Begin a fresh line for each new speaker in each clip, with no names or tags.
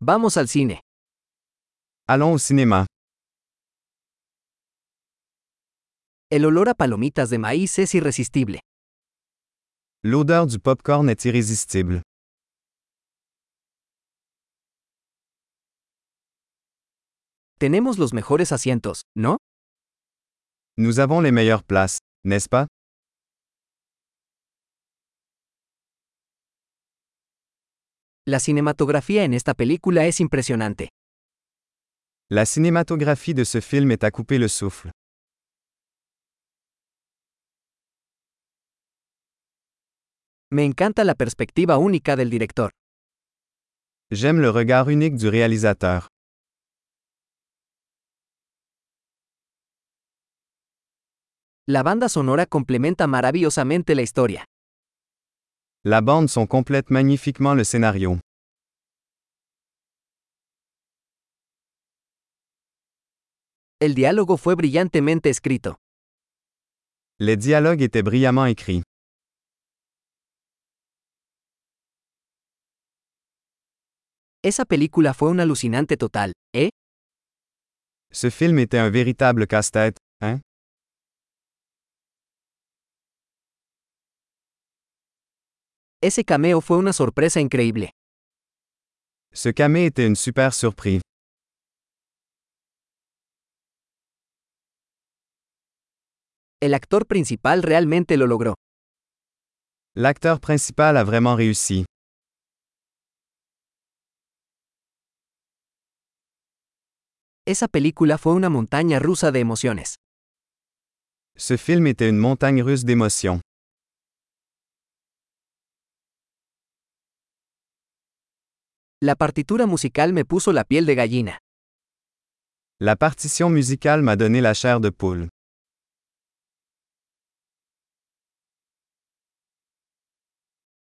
Vamos al cine.
Allons au cinéma.
El olor a palomitas de maíz es irresistible.
L'odeur du popcorn est irrésistible.
Tenemos los mejores asientos, ¿no?
Nous avons les meilleures places, n'est-ce pas?
La cinematografía en esta película es impresionante.
La cinématographie de ce film est à couper le souffle.
Me encanta la perspectiva única del director.
J'aime le regard unique du réalisateur.
La banda sonora complementa maravillosamente la historia.
La bande son complète magnifiquement le scénario.
El diálogo fue brillantemente escrito.
Les dialogues étaient brillamment écrits.
Esa película fue un alucinante total, ¿eh?
Ce film était un véritable casse-tête, hein?
Ese cameo fue una sorpresa increíble.
Ce camé était une super surprise.
El actor principal realmente lo logró.
L'acteur principal a vraiment réussi.
Esa película fue una montaña rusa de emociones.
Ce film était une montagne russe d'émotions.
La partitura musical me puso la piel de gallina.
La partition musicale m'a donné la chair de poule.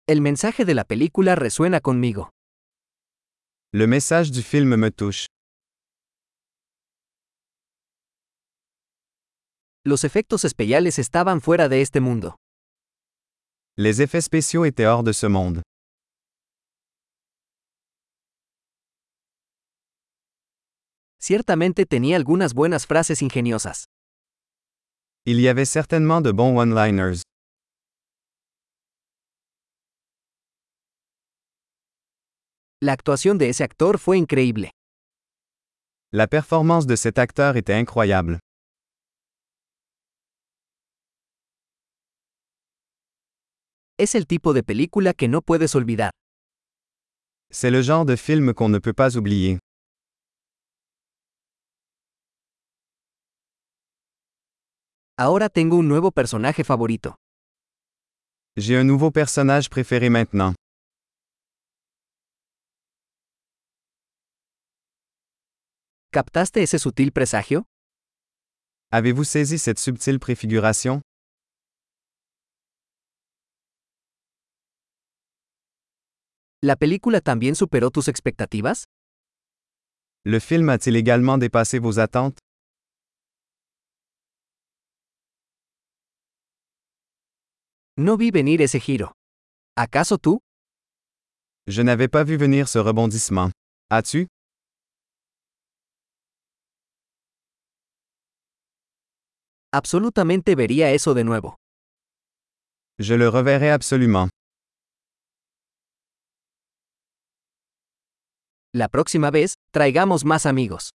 El mensaje de la película resuena conmigo.
Le message du film me touche.
Los efectos especiales estaban fuera de este mundo.
Les effets spéciaux étaient hors de ce monde.
Ciertamente tenía algunas buenas frases ingeniosas.
Il y avait certainement de bons one-liners.
La actuación de ese actor fue increíble.
La performance de cet acteur était incroyable.
Es el tipo de película que no puedes olvidar.
C'est le genre de film qu'on ne peut pas oublier.
Ahora tengo un nuevo personaje favorito.
J'ai un nouveau personnage préféré maintenant.
¿Captaste ese sutil presagio?
Avez-vous saisi cette subtile préfiguration?
¿La película también superó tus expectativas?
Le film a-t-il également dépassé vos attentes?
No vi venir ese giro. ¿Acaso tú?
Je n'avais pas vu venir ce rebondissement. As-tu?
Absolutamente vería eso de nuevo.
Je le reverrai absolument.
La próxima vez, traigamos más amigos.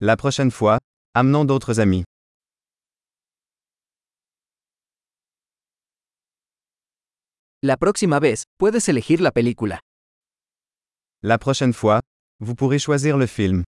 La prochaine fois, amenons d'autres amis.
La próxima vez, puedes elegir la película.
La prochaine fois, vous pourrez choisir le film.